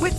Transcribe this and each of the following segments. With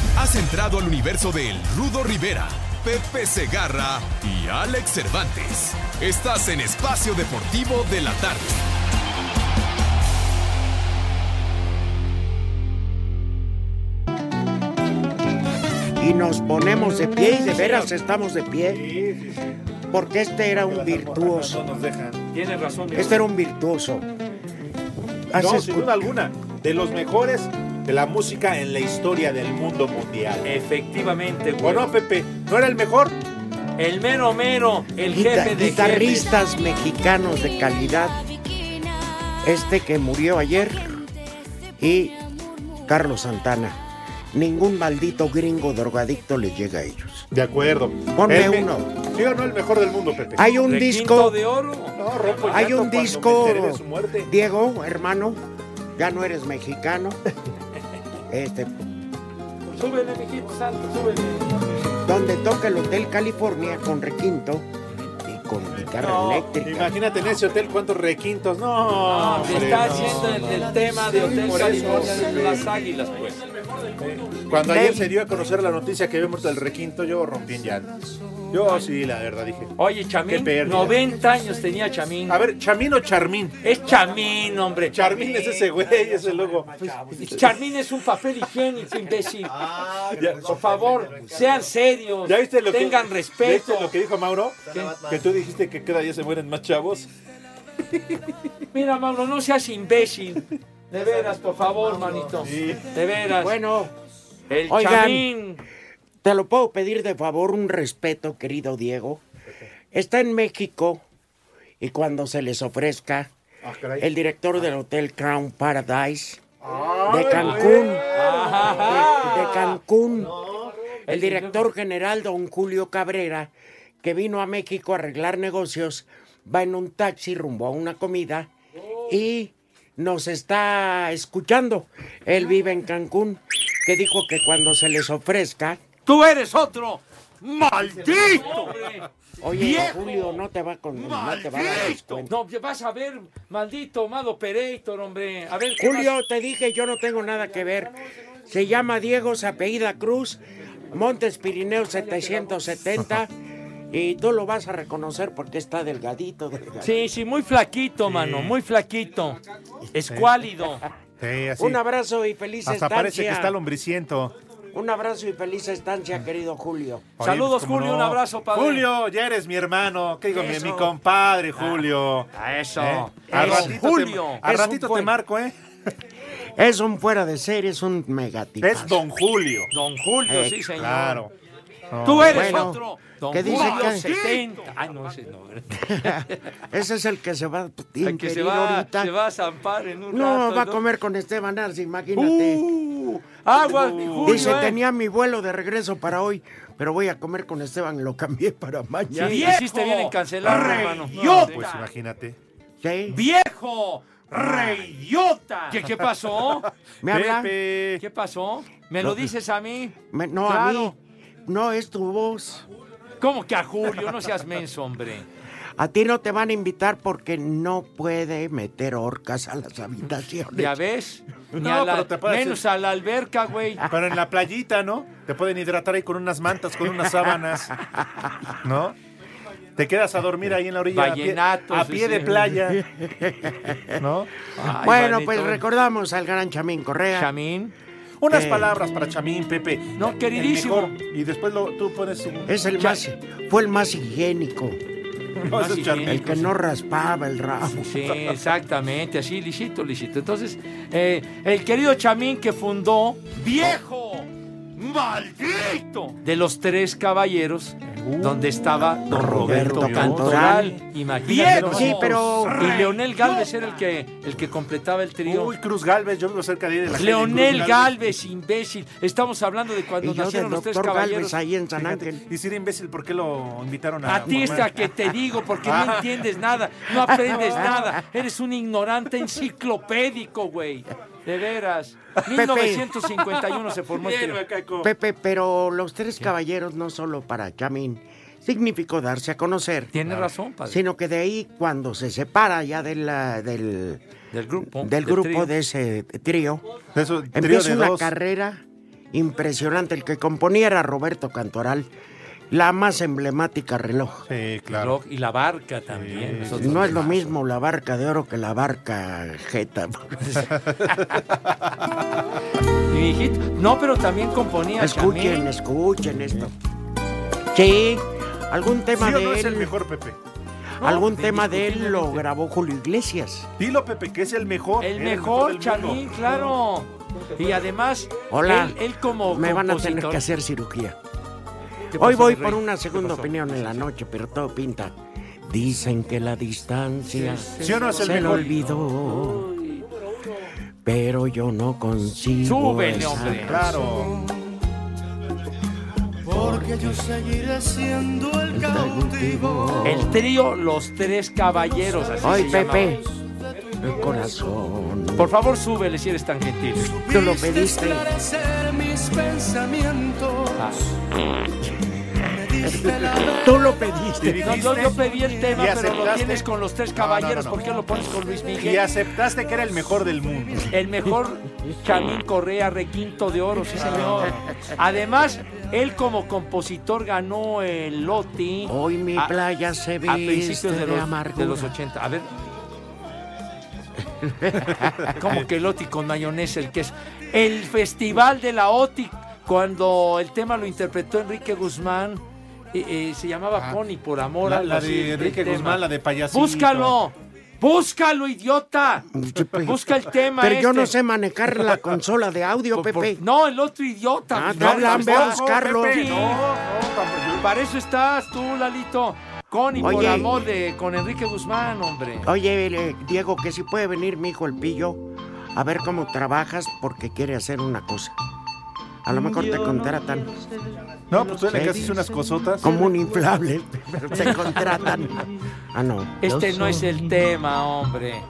Has entrado al universo de El Rudo Rivera, Pepe Segarra y Alex Cervantes. Estás en Espacio Deportivo de la Tarde. Y nos ponemos de pie y de veras estamos de pie. Porque este era un virtuoso. No nos dejan. Tienes razón. mi Este era un virtuoso. ¿Has No, sin escu- duda alguna. De los mejores de la música en la historia del mundo mundial. Eh. Efectivamente, güey. Bueno, Pepe, ¿no era el mejor? el mero mero, el Guita- jefe de jefes. guitarristas mexicanos de calidad. Este que murió ayer y Carlos Santana. Ningún maldito gringo drogadicto les llega a ellos. De acuerdo. Ponme El me- uno. ¿Sí o no el mejor del mundo, Pepe? Hay un De disco, Quinto de oro. No, rompo el hay llanto un Pues cuando me disco, enteré de su muerte. Diego, hermano, ya no eres mexicano. Este, Súbele, mijito, santo, súbele. donde toca el Hotel California con requinto y con guitarra No, eléctrica. Imagínate en ese hotel cuántos requintos. No, No, te hombre, está no. haciendo el, el tema de Hotel por California eso. de las Águilas, pues. Cuando ayer se dio a conocer la noticia que había muerto el requinto, yo rompí en llanto. Yo sí, la verdad, dije. Oye, Qué Chamín, pérdida. 90 años tenía Chamín. A ver, Chamín o Charmín. Es Chamín, hombre. Charmín es ese güey, ese loco. Charmín es un papel higiénico, imbécil. Ah, Ya, por favor, sean serios. ¿Ya viste lo que- tengan ¿Ya respeto. viste lo que dijo Mauro? ¿Qué? Que tú dijiste que cada día se mueren más chavos. Mira, Mauro, no seas imbécil. De veras, por favor, manito. De veras. Bueno, el oigan. Chamín. Te lo puedo pedir de favor un respeto, querido Diego. Está en México y cuando se les ofrezca, Ah, el director del Hotel Crown Paradise Ah, de Cancún, de Cancún, el director general don Julio Cabrera, que vino a México a arreglar negocios, va en un taxi rumbo a una comida y nos está escuchando. Él vive en Cancún, que dijo que cuando se les ofrezca, Tú eres otro. ¡Maldito! hombre. Oye, ¡Viejo! Julio, no te va con no te va a dar descuento. No, vas a ver, maldito Mado Pereitor, hombre. A ver, ¿qué Julio, te dije, yo no tengo nada que ver. Se llama Diego, se apellida Cruz, Montes Pirineo 770, y tú lo vas a reconocer porque está delgadito. delgadito. más? Sí, sí, muy flaquito, mano, muy flaquito. Escuálido. Sí, así. Un abrazo y feliz Hasta estancia. parece que está lombriciento. Un abrazo y feliz estancia, querido Julio. Oye, Saludos, pues, cómo Julio, un abrazo, padre. Julio, ya eres mi hermano. ¿Qué digo? Mi, Eso. Ah, mi compadre, Julio. A eso. ¿Eh? A Al eso. ratito, Julio. Te, al Es un ratito te buen- marco, ¿eh? Es un fuera de serie, es un megatip. Es Don Julio. Don Julio, Eh, sí, señor. Claro. Tú eres Bueno, otro. Don ¿qué dice Julio que- 70. Ay, no, ese no. ¿verdad? Ese es el que se va a El que se ingerir va, ahorita. se va a zampar en un rato. no, va a comer con Esteban Arce, imagínate. Uh, aguas, mi Julio. Dice, eh. tenía mi vuelo de regreso para hoy, pero voy a comer con Esteban, lo cambié para Sí, mañana. hiciste bien en cancelar, Ah, hermano. Yo, No, pues sí. imagínate. Sí. ¡Viejo! ¡Reyota! ¿Qué, ¿Qué pasó? ¿Me habla? Pepe. ¿Qué pasó? ¿Me lo dices a mí? Me- no, a Claro. mí. No, es tu voz. ¿Cómo que a Julio? No seas menso, hombre. A ti no te van a invitar porque no puede meter orcas a las ¿Ya habitaciones. ves? Ni No, a la- pero te puedes menos a la alberca, güey. Pero en la playita, ¿no? Te pueden hidratar ahí con unas mantas, con unas sábanas, ¿no? Te quedas a dormir ahí en la orilla. a pie- Vallenatos, A pie, sí, de sí. playa, ¿no? Ay, bueno, manito. pues recordamos al gran Chamín Correa, Chamín. Unas Eh. palabras para Chamín, Pepe. No, El queridísimo. mejor. Y después lo, tú pones un... Es el más, fue el más higiénico, No, ese es Charmín. el que no raspaba el rabo. Sí, exactamente, así, lisito, lisito. Entonces, eh, el querido Chamín que fundó Viejo Maldito de los tres caballeros, donde estaba Don Uh. Roberto, Roberto Cantoral, Cantoral. imagínate. Viejo, sí, pero- Y Leonel Galvez era el que, el que completaba el trío. Uy, Cruz Galvez, yo vivo cerca de ahí de la calle pues, Leonel Cruz Galvez, imbécil. Estamos hablando de cuando Y yo del nacieron los tres doctor caballeros. Galvez ahí en San Fíjate, Ángel. Y si era imbécil, ¿por qué lo invitaron a... A ti es formar? a que te digo, porque no entiendes nada, no aprendes nada. Eres un ignorante enciclopédico, güey. De veras. 1951 se formó el trío. Pepe, pero los tres caballeros no solo para Chamín significó darse a conocer, Tienes razón, padre. sino que de ahí cuando se separa ya de la- del, Del grupo. del grupo trío. de ese trío, De eso, trío empieza de una dos. carrera impresionante. El que componía era Roberto Cantoral, la más emblemática reloj. Sí, claro. Y la barca también. Sí, esos No dos es lo temas. mismo la barca de oro que la barca jeta. Y dijiste- no, pero también componía Escuchen, Chamín. escuchen esto. Sí, algún ¿Sí tema o de no es el él. mejor, Pepe? Algún tema de él lo grabó Julio Iglesias. Dilo, Pepe, que es el mejor. El Era mejor, del mundo. Chamín, claro. Y además, Hola. Él, él como Me van a tener compositor- que hacer cirugía. ¿Qué Hoy pasó, voy mi por rey? una ¿Qué segunda pasó? opinión en la noche, pero todo pinta. Dicen que la distancia ¿Sí o no es el se lo mejor? olvidó. Pero yo no consigo. Súbele, esa- hombre. Claro. El trío Los Tres Caballeros. así Ay, se Pepe. llamaba. El corazón. Por favor, súbele si eres tan gentil. Tú lo pediste. Ah. Tú lo Y pediste. No, yo, dijiste- yo pedí el tema, y pero lo aceptaste- tienes con Los Tres No, no, no, Caballeros. no. ¿Por qué lo pones con Luis Y Miguel? aceptaste que era el mejor del mundo. El mejor Chamín Correa, requinto de oro, sí, señor. Además, él como compositor ganó el Loti. Hoy mi a- playa se a viste principios de de, los, de amargura. los 80. A ver. Como que el Oti con mayonesa, el que es el festival de la Oti, cuando el tema lo interpretó Enrique Guzmán, eh, eh, se llamaba Connie por amor. Ah. La, algo la así, el de Enrique tema. Guzmán, la de payasito. Búscalo, búscalo, idiota. Sí, pe- Busca el tema. Pero yo este. no sé manejar la consola de audio, Por- por- Pepe. No, el otro idiota. Ah, pues, te no, hablan, tampoco. veas, Carlos. Pepe, no, no, tampoco. Para eso estás tú, Lalito. Connie por Oye. amor de con Enrique Guzmán, hombre. Oye, eh, Diego, que si puede venir mi hijo el pillo a ver cómo trabajas porque quiere hacer una cosa. A Mm, lo mejor te contratan No, pues tú le Sí. haces unas cosotas. como un inflable, pero te contratan. Ah, no. Este no es el tema, hombre.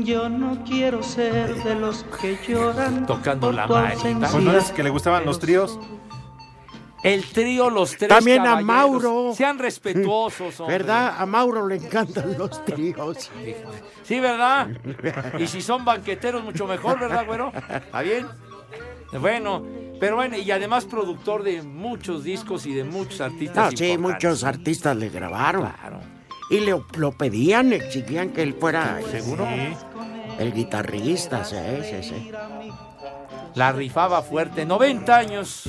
Yo no quiero ser de los que lloran. Tocando por la tu marimba. ¿O no ausencia. es que le gustaban los tríos? El trío, los tres. También a caballeros. Mauro. Sean respetuosos, hombre. ¿Verdad? A Mauro le encantan los tríos. Sí, este ¿verdad? Y si son banqueteros, mucho mejor, ¿verdad, güero? ¿Está bien? Bueno, pero bueno, y además productor de muchos discos y de muchos artistas. No, sí, importantes. muchos artistas le grabaron. Claro. Y le, lo pedían, exigían que él fuera Seguro. el guitarrista, sí, sí, sí. La rifaba fuerte. 90 años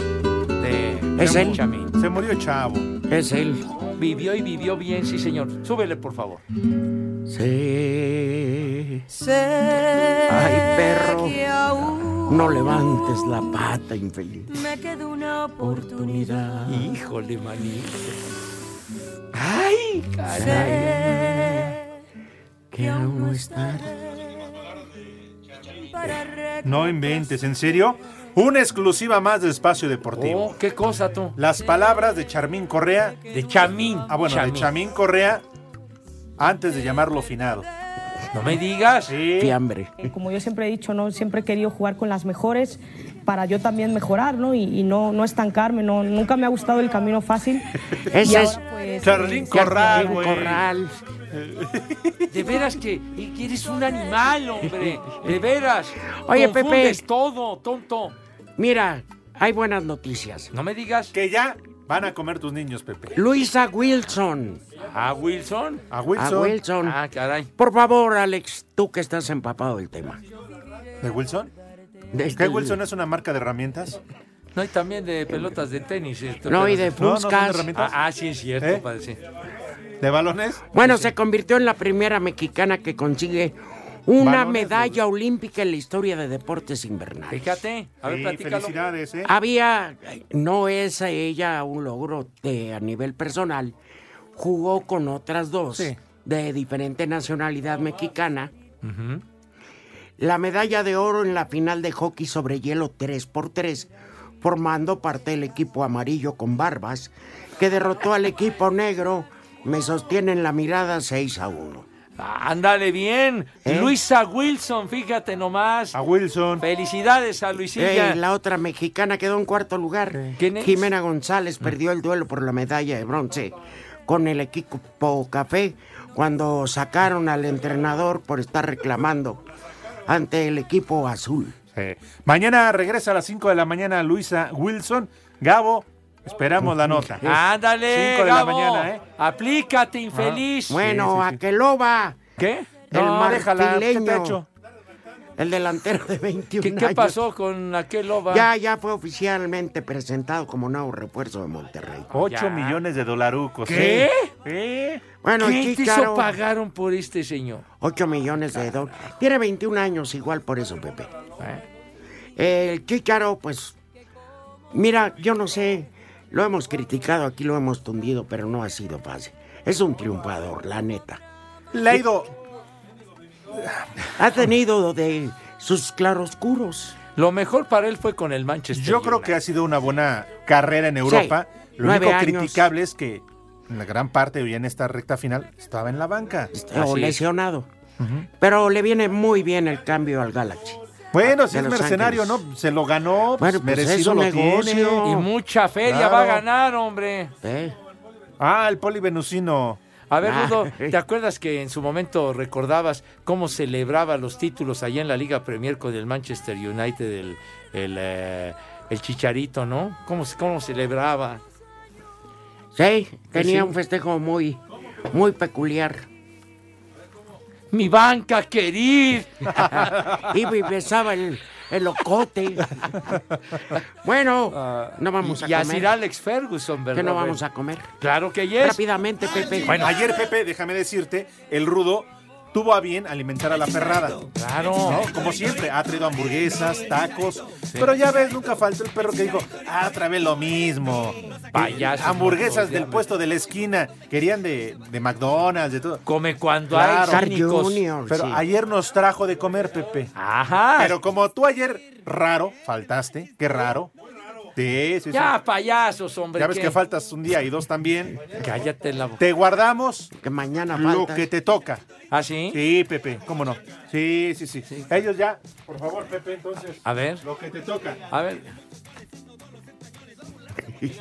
de Es de él. Benjamín. Se murió Chavo. Es él. Vivió y vivió bien, sí, señor. Súbele, por favor. Sí. Sé Ay, perro. que aún No levantes la pata, infeliz. me queda una oportunidad. Oportunidad. Híjole, manito. Ay, caray. Sé Que aún no está. para re- No inventes, ¿en serio? Una exclusiva más de Espacio Deportivo. Oh, qué cosa tú. Las palabras de Charmín Correa. De Chamín. Ah, bueno, de Chamín Correa antes de llamarlo finado. No me digas. Sí. Fiambre. Como yo siempre he dicho, ¿no? siempre he querido jugar con las mejores para yo también mejorar ¿no? y, y no, no estancarme. No, nunca me ha gustado el camino fácil. Ese es Pues, Charlín Corral, güey. Corral. De veras que y que eres un animal, hombre. De veras. Oye, Confundes Pepe. todo, tonto. Mira, hay buenas noticias. No me digas. Que ya van a comer tus niños, Pepe. Luisa Wilson. ¿A Ah, Wilson? A A Wilson. Wilson. Ah, caray. Por favor, Alex, tú que estás empapado del tema. ¿De Wilson? ¿Qué Wilson es una marca de herramientas? No, y también de pelotas de tenis. esto, No, y de pelotas. fuscas. son de herramientas. Ah, ah, sí, es cierto, ¿Eh? padre, sí. ¿De balones? Bueno, se convirtió en la primera mexicana que consigue una Balones, medalla olímpica en la historia de deportes invernales. Fíjate, a ver, Sí, platícalo. Ah. felicidades, ¿eh? Había, no es a ella un logro de, a nivel personal, jugó con otras dos de diferente nacionalidad mexicana. La medalla de oro en la final de hockey sobre hielo 3x3, formando parte del equipo amarillo con barbas, que derrotó al equipo negro, me sostienen la mirada 6 a 1. Ándale bien. ¿Eh? Luisa Wilson, fíjate nomás. A Wilson. Felicidades a Luisilla. la otra mexicana quedó en cuarto lugar. ¿Quién es? Jimena González perdió el duelo por la medalla de bronce con el equipo Café cuando sacaron al entrenador por estar reclamando ante el equipo azul. Mañana regresa a las 5 de la mañana Luisa Wilson. Gabo, esperamos la nota. Ah, Ándale, 5 de Gabo. la mañana, ¿eh? Aplícate, infeliz. Ah. Bueno, Aqueloba. ¿Qué? Ah, El No, déjala, ¿qué te ha marfileño, hecho? El delantero de 21 ¿Qué, qué años. pasó ah? con aquel loba? Ya, ya fue oficialmente presentado como nuevo refuerzo de Monterrey. 8 millones de dolarucos. ¿Qué? ¿Eh? Bueno, ¿Qué el te Chícharo- hizo pagaron por este señor? 8 millones de dólares. Tiene 21 años igual por eso, Pepe. El Chícharo, pues, mira, yo no sé, lo hemos criticado, aquí lo hemos tundido, pero no ha sido fácil. Es un triunfador, la neta. Le ha ido Ha tenido de sus claroscuros. Lo mejor para él fue con el Manchester. Este Yo creo que ha sido una buena carrera en Europa. Sí, Lo nueve único años. criticable es que en la gran parte y en esta recta final estaba en la banca. o lesionado. Pero le viene muy bien el cambio al Galaxy. Bueno, si De es Los mercenario, Ángeles. ¿no? Se lo ganó, pues, Bueno, pues merecido es un lo negocio. tiene. Y mucha feria Claro. va a ganar, hombre. ¿Eh? Ah, el Poli Venusino. A ver, Ah. Rudo, ¿te acuerdas que en su momento recordabas cómo celebraba los títulos allá en la Liga Premier con el Manchester United, el, el, eh, el Chicharito, ¿no? ¿Cómo, se- cómo celebraba? Sí, sí. tenía un festejo muy, muy peculiar. Mi banca, querid. y me besaba el, el ocote. bueno, no vamos a Ah, y a comer. Sir Alex Ferguson, ¿verdad? ¿Qué Ah, no vamos a comer? Claro que yes. Rápidamente, Pepe. Bueno, ayer, Pepe, déjame decirte, el rudo tuvo a bien alimentar a la perrada. Claro. Como siempre, ha traído hamburguesas, tacos. Oh. Pero ya ves, nunca faltó el perro que dijo, ah, otra vez lo mismo. Payaso, hamburguesas no, del ya puesto de la esquina. Querían de, de McDonald's, de todo. Come cuando Claro. hay cínicos. Pero ayer nos trajo de comer, Pepe. Ajá. Pero como tú ayer, raro, faltaste. Qué raro. Sí, sí, sí. Ya, payasos, hombre. Ya ves ¿qué? que faltas un día y dos también. Cállate la boca. Te guardamos Que mañana lo falta. que te toca. ¿Ah, sí? Ah, Sí, Pepe, cómo no. Sí, sí, sí. Ellos ya, por favor, Pepe, entonces. A ver. Lo que te toca. A ver,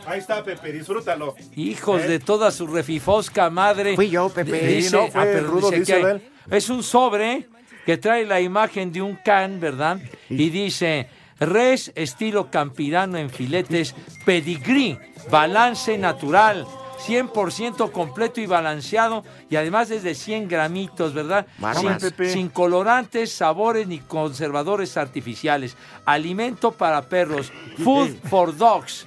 Ahí está, Pepe, disfrútalo. hijos ¿Eh? de toda su refifosca madre. Fui yo, Pepe. D- Sí, no, fue Rudo, que dice hay- él. Es un sobre que trae la imagen de un can, ¿verdad? Y dice, res estilo campirano en filetes, pedigrí, balance natural. 100% completo y balanceado y además es de 100 gramitos, ¿verdad? Barbas. Sin, Pepe. sin colorantes, sabores ni conservadores artificiales. Alimento para perros. Food for dogs.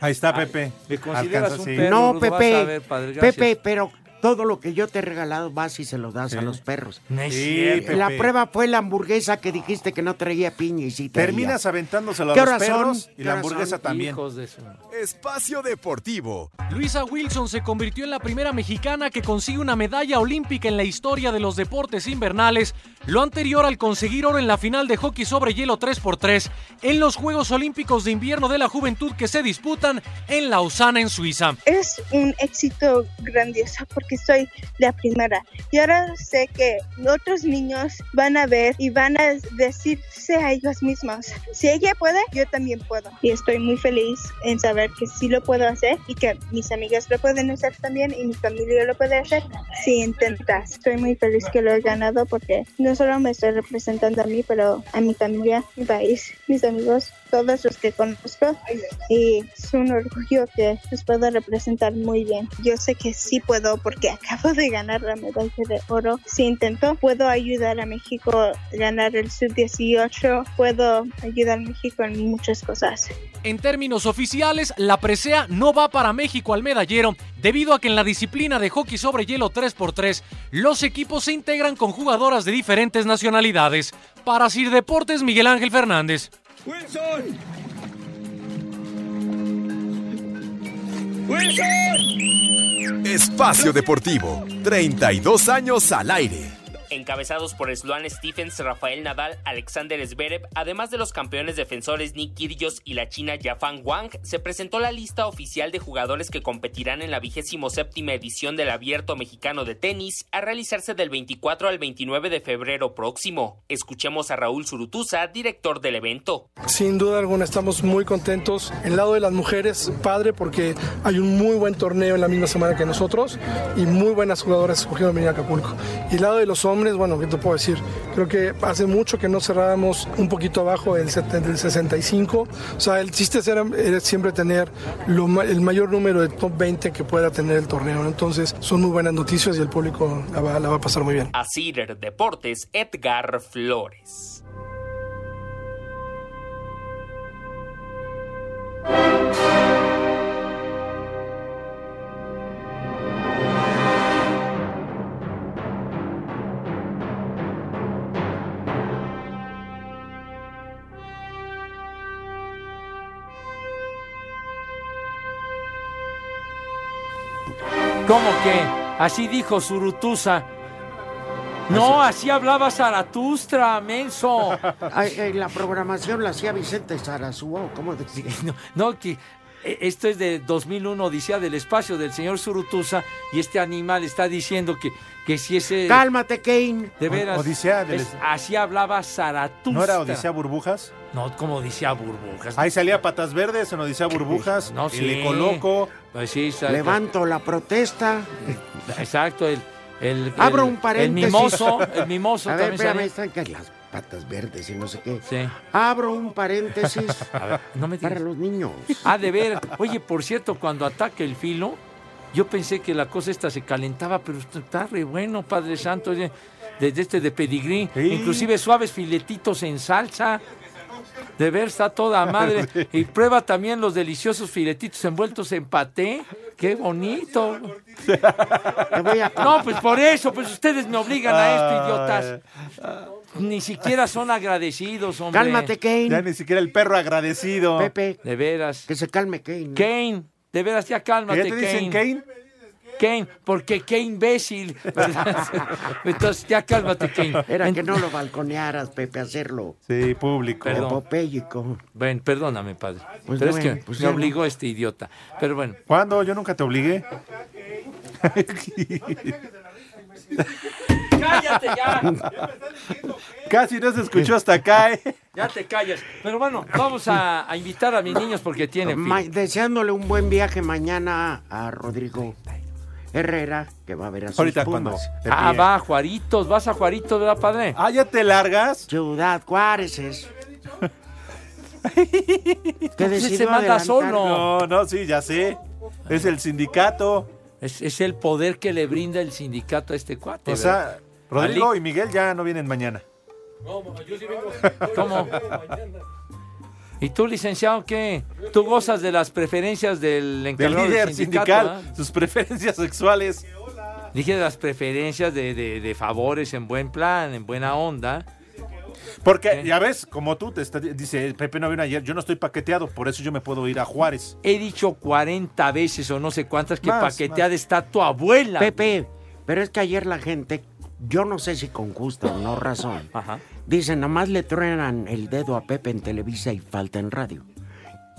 Ahí está, Pepe. ¿me consideras Alcanza, un sí. perro? no, lo vas Pepe. a ver, padre, gracias. Pepe, pero todo lo que yo te he regalado vas y se lo das a los perros. No es Sí, cierto. Pepe. La prueba fue la hamburguesa que dijiste que no traía piña y sí traía. Terminas aventándoselo a ¿Qué los horas son? perros y ¿Qué la horas hamburguesa son? también. Hijos de su- Espacio Deportivo. Luisa Wilson se convirtió en la primera mexicana que consigue una medalla olímpica en la historia de los deportes invernales, lo anterior al conseguir oro en la final de hockey sobre hielo 3x3 en los Juegos Olímpicos de Invierno de la Juventud que se disputan en Lausana, en Suiza. Es un éxito grandioso porque soy la primera. Y ahora sé que otros niños van a ver y van a decirse a ellos mismos, si ella puede, yo también puedo. Y estoy muy feliz en saber que sí lo puedo hacer y que mis amigas lo pueden hacer también y mi familia lo puede hacer si intentas. Estoy muy feliz que lo he ganado porque no solo me estoy representando a mí, pero a mi familia, mi país, mis amigos todos los que conozco y es un orgullo que los puedo representar muy bien. Yo sé que sí puedo porque acabo de ganar la medalla de oro. Si intento, puedo ayudar a México a ganar el sub-18, puedo ayudar a México en muchas cosas. En términos oficiales, la presea no va para México al medallero debido a que en la disciplina de hockey sobre hielo 3x3 los equipos se integran con jugadoras de diferentes nacionalidades. Para Sir Deportes, Miguel Ángel Fernández. Wilson. Wilson. Espacio Deportivo, 32 años al aire. Encabezados por Sloan Stephens, Rafael Nadal, Alexander Zverev, además de los campeones defensores Nick Kyrgios y la china Yafan Wang, se presentó la lista oficial de jugadores que competirán en la vigésimo séptima edición del Abierto Mexicano de Tenis, a realizarse del 24 al 29 de febrero próximo. Escuchemos a Raúl Zurutuza, director del evento. Sin duda alguna estamos muy contentos. El lado de las mujeres, padre, porque hay un muy buen torneo en la misma semana que nosotros y muy buenas jugadoras escogieron venir a Acapulco. Y el lado de los hombres, bueno, ¿qué te puedo decir? Creo que hace mucho que no cerrábamos un poquito abajo del, 70, del 65. O sea, el chiste era, era siempre tener lo, el mayor número de top 20 que pueda tener el torneo. ¿no? Entonces, son muy buenas noticias y el público la va, la va a pasar muy bien. A Cider Deportes, Edgar Flores. ¿Cómo que? Así dijo Zurutusa. No, así hablaba Zaratustra, menso. Ay, ay, la programación la hacía Vicente Sarazúa, ¿cómo decía? No, no, que eh, esto es de 2001, Odisea del Espacio, del señor Zurutusa, y este animal está diciendo que, que si ese... Cálmate, Kane. De veras. O- Odisea del- es- así hablaba Zaratustra. ¿No era Odisea Burbujas? No, como Odisea Burbujas. Ahí salía Patas Verdes en Odisea Burbujas. No, sí. y le coloco. Pues sí, exacto. Levanto la protesta. Exacto, el... el Abro el- un paréntesis. El mimoso, el mimoso A ver, también espérame, salía. están que las patas verdes y no sé qué. Sí. Abro un paréntesis A ver, no me digas. para los niños. Ah, de ver. Oye, por cierto, cuando ataca el filo, yo pensé que la cosa esta se calentaba, pero esto está re bueno, Padre Santo. oye, Desde este de pedigrí, inclusive suaves filetitos en salsa. De ver, está toda madre. Y prueba también los deliciosos filetitos envueltos en paté. ¡Qué bonito! No, pues por eso, pues ustedes me obligan a esto, idiotas. Ni siquiera son agradecidos, hombre. Cálmate, Kane. Ya ni siquiera el perro agradecido. Pepe, De veras. que se calme Kane. Kane, de veras ya cálmate, ¿Ya te dicen Kane, porque qué imbécil. ¿verdad? Entonces ya cálmate, Kane. Era que Ent- no lo balconearas, Pepe, hacerlo. Sí, público. Perdón. Popéyico. Ven, perdóname, padre. Pues pero es bueno, que pues me ya obligó este idiota. Pero bueno, ¿Cuándo? Yo nunca te obligué. cállate ya. Casi no se escuchó hasta acá, ¿eh? Ya te callas. Pero bueno, vamos a, a invitar a mis niños porque tienen Eh, Ma- fin. deseándole un buen viaje mañana a Rodrigo Herrera, que va a ver a sus Ahorita cuando. Pumas. te Ah, pille. va, Juaritos, vas a Juaritos, ¿verdad, padre? Ah, ya te largas. Ciudad Juárez es. que Pues decidió se manda adelantar. No, solo. no, sí, ya sé. Es el sindicato. Es, es el poder que le brinda el sindicato a este cuate. O ¿verdad? sea, Rodrigo Ali- y Miguel ya no vienen mañana. ¿Cómo? ¿Y tú, licenciado, qué? ¿Tú gozas de las preferencias del Del encargado líder sindicato, sindical, ah? sus preferencias sexuales. Dije de las preferencias de, de- de favores en buen plan, en buena onda. Porque, ya ves, como tú te está- dice, Pepe no vino ayer, yo no estoy paqueteado, por eso yo me puedo ir a Juárez. He dicho 40 veces o no sé cuántas que Más, paqueteada está tu abuela. Pepe, pero es que ayer la gente, yo no sé si con justo o no razón, Ajá. dicen, nomás le truenan el dedo a Pepe en Televisa y falta en radio.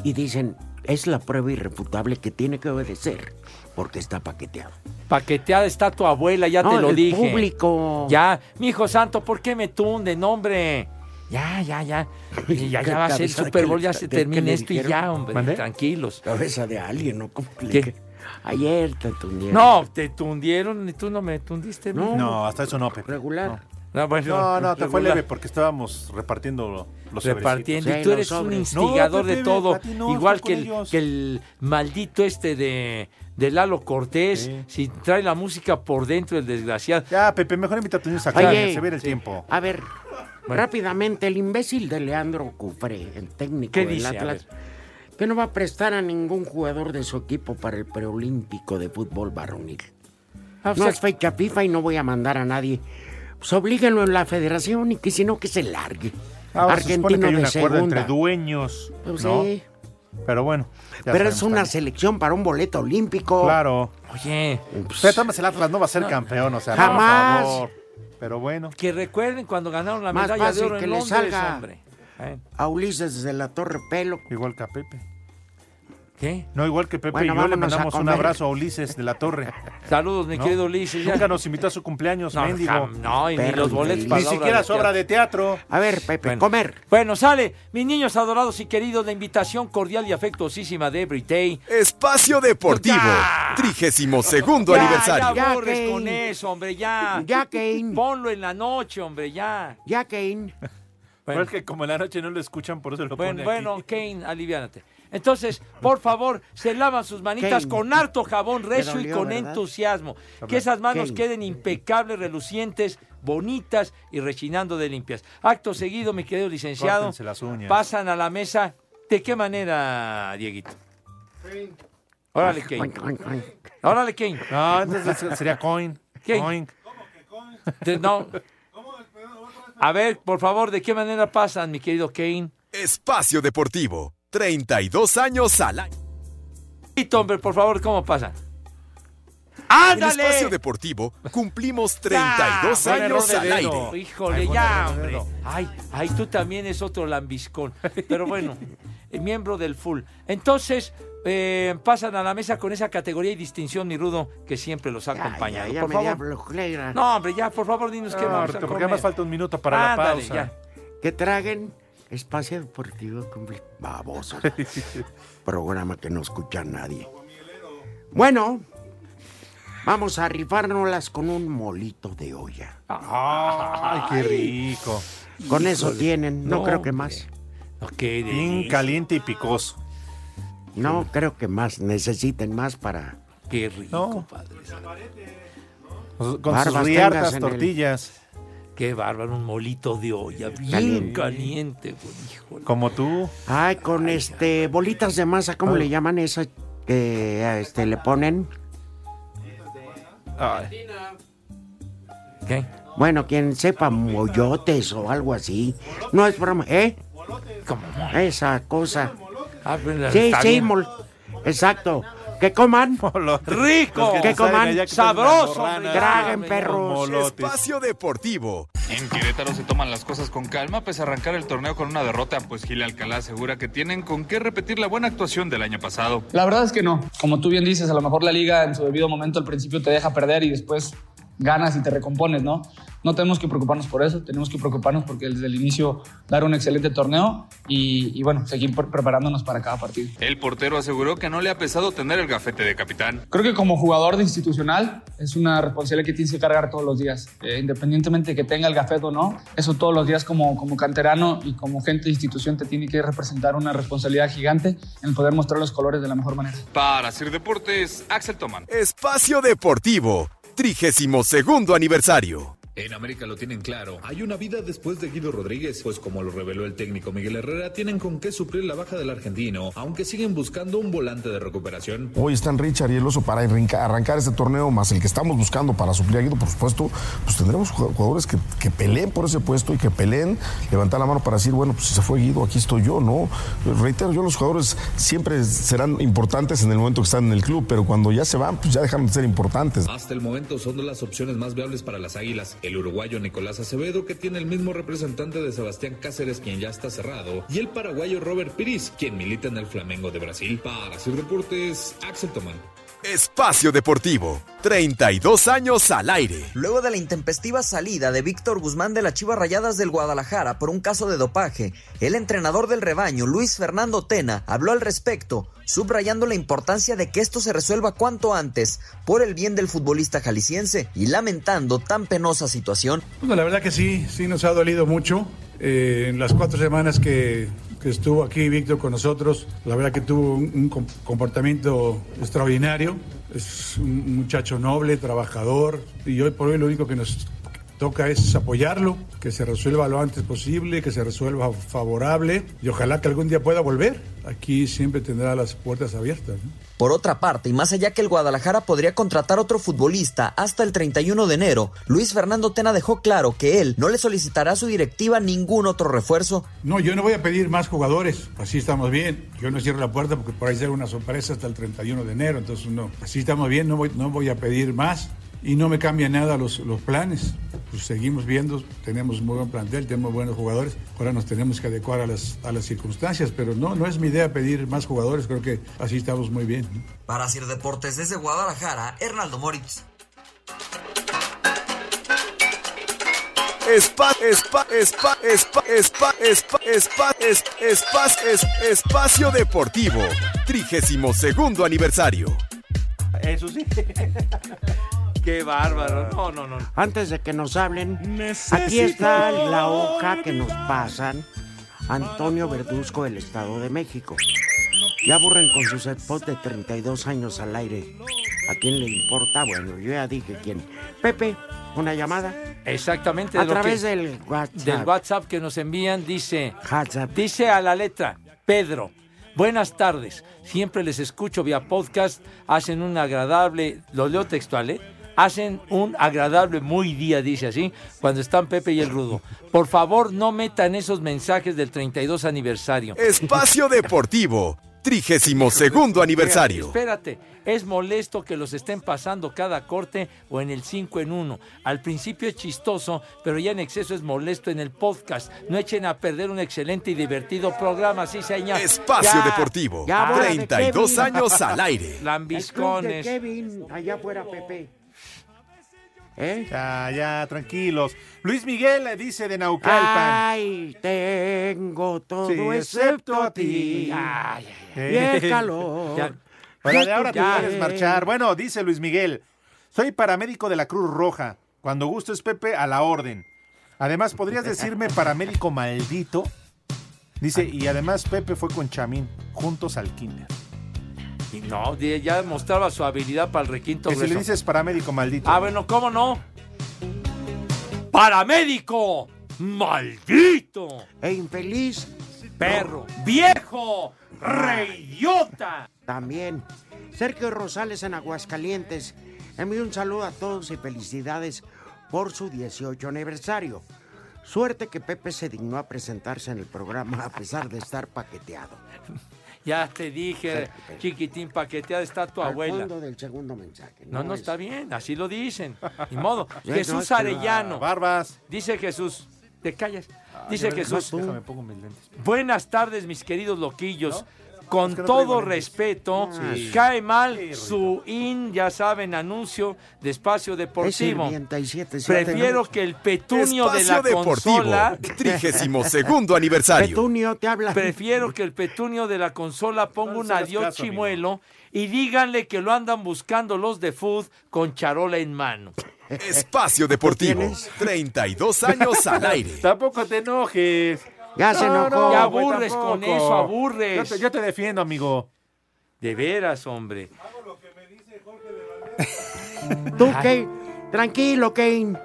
Y dicen, es la prueba irrefutable que tiene que obedecer, porque está paqueteado. Paqueteada está tu abuela, ya No, te lo el dije. público. Ya, mi hijo santo, ¿por qué me tunden, hombre? Ya, ya, ya. Y Ya, ya va a ser el Cabeza de Super Bowl, que- ya se de que termina le esto y dijeron. ya, hombre. ¿Mande? Tranquilos. Cabeza de alguien, ¿no? ¿Cómo le- ¿Qué? Ayer te tundieron. No, te tundieron y tú no me tundiste. No. No, No, hasta eso no, Pepe. Regular. no, bueno, No, no, te fue regular. leve porque estábamos repartiendo los repartiendo. sobrecitos. y Sí, tú los eres un sobres. instigador No, de Pepe, todo. a ti no, Igual estás que con el, ellos. que el maldito este de, de Lalo Cortés. Si trae la música por dentro, el desgraciado. Ya, Pepe, mejor invita a tus niños a Oye, clase, se ve el tiempo. Ah, A ver, Bueno. rápidamente, el imbécil de Leandro Cufré, el técnico ¿Qué del dice? A Atlas, que no va a prestar a ningún jugador de su equipo para el preolímpico de fútbol varonil. Ah, no pues, es fecha FIFA y no voy a mandar a nadie. Pues oblíguenlo en la federación y que si no, que se largue. Ah, se supone que Argentino hay un de acuerdo entre segunda. dueños, Pues ¿no? sí. Pero bueno. ya Pero es sabemos una también. selección para un boleto olímpico. Claro. Oye. Pero además el Atlas no va a ser campeón, o sea, por Pues Jamás. favor. Pero bueno. Que recuerden cuando ganaron la Más medalla de fácil oro que en le Londres, salga. hombre. ¿Eh? A Ulises de la Torre Pelo. Igual que a Pepe. ¿Qué? No, igual que Pepe Bueno, y yo le vámonos a mandamos un comer. abrazo a Ulises de la Torre. Saludos, mi ¿No? querido Ulises. ya. Nunca nos invitó a su cumpleaños, No, mendigo. jam- no, y ni Perro los boletos infeliz. para Ni la obra siquiera de su obra de teatro. A ver, Pepe, Bueno. comer. Bueno, sale, mis niños adorados y queridos, la invitación cordial y afectuosísima de Everyday. Espacio Deportivo, 32 segundo Ya, aniversario. Ya aburres Kane. con eso, hombre, ya. Ya, Kane. Ponlo en la noche, hombre, ya. Ya, Kane. Pero es que como en la noche no lo escuchan, por eso lo ponen Bueno, bueno, Kane, aliviánate. Entonces, por favor, se lavan sus manitas Kane. con harto jabón recio y dolió, con ¿verdad? entusiasmo. Que esas manos Kane. queden impecables, relucientes, bonitas y rechinando de limpias. Acto seguido, mi querido licenciado, Córtense las uñas. pasan a la mesa. ¿De qué manera, Dieguito? Órale, Kane. Órale, Kane. No, entonces sería coin. Kane. Coin. Te- No. A ver, por favor, ¿de qué manera pasan, mi querido Kane? Espacio Deportivo, 32 años al año. Y hombre, por favor, ¿cómo pasan? En ¡Ándale! Espacio Deportivo cumplimos 32 buen error años de al dedo. aire. Híjole, Ay, buen ya, error de hombre. dedo. Ay, ay, tú también es otro lambiscón. Pero bueno, eh, miembro del full. Entonces, eh, pasan a la mesa con esa categoría y distinción, mi rudo, que siempre los ha acompañado. Ya, ya por me favor. diablo, Cleira. No, hombre, ya, por favor, dinos qué No, vamos a ahorita, comer. Ah, porque además falta un minuto para la Ándale, pausa. ya. Que traguen espacio deportivo comple- baboso. Programa que no escucha nadie. Bueno, vamos a rifárnoslas con un molito de olla. Ay, qué rico. Con eso tienen, no, No, creo que más. Bien caliente y picoso. No creo que más, necesiten más para Qué rico, No. padre. Con sus Barbas tengas riartas, en el- tortillas. Qué bárbaro, un molito de olla. Bien Caliente. caliente, güey, híjole. Como tú. Ay, Ah. con este bolitas de masa, ¿cómo le llaman esas que a este le ponen? Ay. ¿Qué? Bueno, quien sepa mollotes o algo así. No es broma, ¿eh? Como mol- Esa cosa. Ah, pues, la- Sí, está sí, bien. mol- exacto. Que coman, Rico. que coman, sabroso, hombre. traguen perros. Espacio Deportivo. En Querétaro se toman las cosas con calma, pese a arrancar el torneo con una derrota, pues Gil Alcalá asegura que tienen con qué repetir la buena actuación del año pasado. La verdad es que no. Como tú bien dices, a lo mejor la liga en su debido momento al principio te deja perder y después ganas y te recompones, ¿no? No tenemos que preocuparnos por eso, tenemos que preocuparnos porque desde el inicio dar un excelente torneo y, y bueno, seguir pre- preparándonos para cada partido. El portero aseguró que no le ha pesado tener el gafete de capitán. Creo que como jugador de institucional es una responsabilidad que tienes que cargar todos los días, eh, independientemente de que tenga el gafete o no. Eso todos los días como, como canterano y como gente de institución te tiene que representar una responsabilidad gigante en poder mostrar los colores de la mejor manera. Para Sir Deportes, Axel Toman. Espacio Deportivo, 32 segundo aniversario. En América lo tienen claro. Hay una vida después de Guido Rodríguez, pues como lo reveló el técnico Miguel Herrera, tienen con qué suplir la baja del argentino, aunque siguen buscando un volante de recuperación. Hoy están Richard y el Oso para arranca- arrancar este torneo, más el que estamos buscando para suplir a Guido, por supuesto, pues tendremos ju- jugadores que, que peleen por ese puesto y que peleen, levantar la mano para decir, bueno, pues si se fue Guido, aquí estoy yo, ¿no? Reitero, yo los jugadores siempre serán importantes en el momento que están en el club, pero cuando ya se van, pues ya dejaron de ser importantes. Hasta el momento son de las opciones más viables para las Águilas. El uruguayo Nicolás Acevedo, que tiene el mismo representante de Sebastián Cáceres, quien ya está cerrado, y el paraguayo Robert Piris, quien milita en el Flamengo de Brasil. Para Sir Deportes, Axel Tomán. Espacio Deportivo, 32 años al aire. Luego de la intempestiva salida de Víctor Guzmán de las Chivas Rayadas del Guadalajara por un caso de dopaje, el entrenador del rebaño, Luis Fernando Tena, habló al respecto, subrayando la importancia de que esto se resuelva cuanto antes por el bien del futbolista jalisciense y lamentando tan penosa situación. Bueno, la verdad que sí, sí nos ha dolido mucho. Eh, en las cuatro semanas que, que estuvo aquí Víctor con nosotros, la verdad que tuvo un, un com- comportamiento extraordinario. Es un muchacho noble, trabajador, y hoy por hoy lo único que nos toca es apoyarlo, que se resuelva lo antes posible, que se resuelva favorable, y ojalá que algún día pueda volver. Aquí siempre tendrá las puertas abiertas. ¿no? Por otra parte, y más allá que el Guadalajara podría contratar otro futbolista hasta el 31 de enero, Luis Fernando Tena dejó claro que él no le solicitará a su directiva ningún otro refuerzo. No, yo no voy a pedir más jugadores, así estamos bien. Yo no cierro la puerta porque por ahí será una sorpresa hasta el 31 de enero, entonces no. Así estamos bien, no voy, no voy a pedir más y no me cambia nada los, los planes. Pues seguimos viendo, tenemos muy buen plantel, tenemos buenos jugadores, ahora nos tenemos que adecuar a las, a las circunstancias, pero no, no es mi idea pedir más jugadores, creo que así estamos muy bien. ¿no? Para Sir Deportes desde Guadalajara, Hernaldo Moritz. Espa, espa, espa, espa, espa, espa, espa, es, espas- es- espacio deportivo. 32 segundo aniversario. Eso sí. Qué bárbaro. No, no, no. Antes de que nos hablen, aquí está la hoja que nos pasan Antonio Verduzco del Estado de México. Ya aburren con sus spots de 32 años al aire. ¿A quién le importa? Bueno, yo ya dije quién. Pepe, una llamada. Exactamente. A de lo través que- del WhatsApp. Del WhatsApp que nos envían dice, dice a la letra, Pedro, buenas tardes, siempre les escucho vía podcast, hacen un agradable, lo leo textual, ¿eh? Hacen un agradable muy día, dice así, cuando están Pepe y el Rudo. Por favor, no metan esos mensajes del 32 aniversario. Espacio deportivo. 32 segundo aniversario. Espérate, es molesto que los estén pasando cada corte o en el 5 en 1. Al principio es chistoso, pero ya en exceso es molesto en el podcast. No echen a perder un excelente y divertido programa, sí señor. Espacio Ya. Deportivo. Ah. Ya, bola de 32 Kevin. años al aire. El club de Lambiscones. Kevin, allá afuera, Pepe. ¿Eh? Ya, ya, tranquilos. Luis Miguel le dice de Naucalpan. Ay, tengo todo Sí, Ah, excepto a ti. Ah, Ay, ay, ay. Y el calor. Ya. Para de ahora te puedes marchar. Bueno, dice Luis Miguel, soy paramédico de la Cruz Roja. Cuando gustes, Pepe, a la orden. Además, ¿podrías decirme paramédico maldito? Dice, y además Pepe fue con Chamín, juntos al kinder. Y no, di- ya mostraba su habilidad para el requinto. Que si le grueso. dices paramédico maldito. Ah, bueno, ¿cómo no? ¡Paramédico! ¡Maldito! E infeliz. ¡Perro! ¡Viejo! ¡Reyota! También. Sergio Rosales en Aguascalientes. Envío un saludo a todos y felicidades por su 18 aniversario. Suerte que Pepe se dignó a presentarse en el programa a pesar de estar paqueteado. Ya te dije, chiquitín paqueteada está tu Al abuela. fondo del segundo mensaje. No, no es- está bien, así lo dicen. Ni modo. Ya, no, es Jesús que- Arellano. ah, Barbas. Dice Jesús. Te callas. Dice Déjame- Jesús. Déjame, pongo mis lentes. Buenas tardes, mis queridos loquillos. Con Es que no todo traigo lentes. respeto, Sí. cae mal su in, ya saben, anuncio de espacio Es deportivo. sirvienta y siete, siete, Prefiero ¿no? que el petunio de la Espacio deportivo, consola. 32 aniversario. Petunio, te habla. Prefiero que el petunio de la consola ponga No un le hagas adiós caso, amigo. chimuelo y díganle que lo andan buscando los de Food con charola en mano. Espacio Deportivo. 32 años al aire. Tampoco te enojes. Ya se enojó. Ya aburres con eso, aburres. Pues Yo te, yo te defiendo, amigo. De veras, hombre. Tú, Kane. Tranquilo, Kane.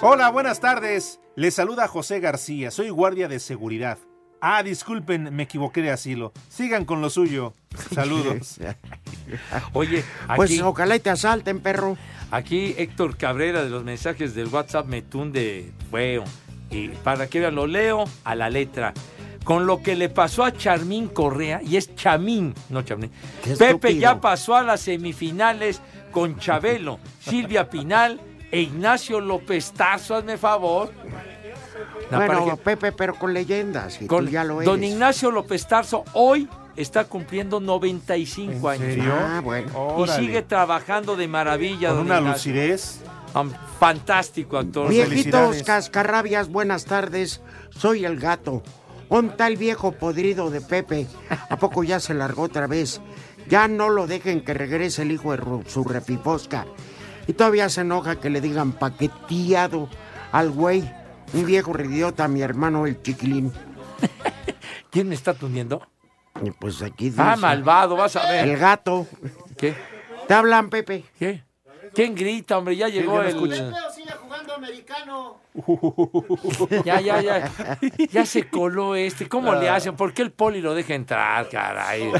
Hola, buenas tardes. Les saluda José García. Soy guardia de seguridad. Ah, disculpen, me equivoqué de asilo. Sigan con lo suyo. Saludos. Oye, aquí, Pues ojalá y te asalten, perro. aquí Héctor Cabrera de los mensajes del WhatsApp me tunde feo. Y para que vean, lo leo a la letra. Con lo que le pasó a Charmín Correa, y es Chamín, no Charmín. Pepe estúpido. ya pasó a las semifinales con Chabelo, Silvia Pinal e Ignacio López Tarso, hazme favor. Una bueno, pareja- Pepe, pero con leyendas. Y Con- tú ya lo eres. Don Ignacio López Tarso hoy está cumpliendo 95 años. serio? Ah, bueno. Y Órale. sigue trabajando de maravilla. Con don una Ignacio. lucidez. Am- Fantástico actor. Viejitos cascarrabias, buenas tardes. Soy el gato. Onta el viejo podrido de Pepe. ¿A poco ya se largó otra vez? Ya no lo dejen que regrese el hijo de ru- su repiposca. Y todavía se enoja que le digan paqueteado al güey. Un viejo ridiota, mi hermano el chiquilín. ¿Quién me está tundiendo? Y pues aquí dice. Ah, malvado, vas a ver. El gato. ¿Qué? Te hablan, Pepe. ¿Qué? ¿Quién grita, hombre? Ya llegó no el... sigue jugando americano. Ya, ya, ya. Ya se coló este. ¿Cómo le hacen? ¿Por qué el poli lo deja entrar, caray?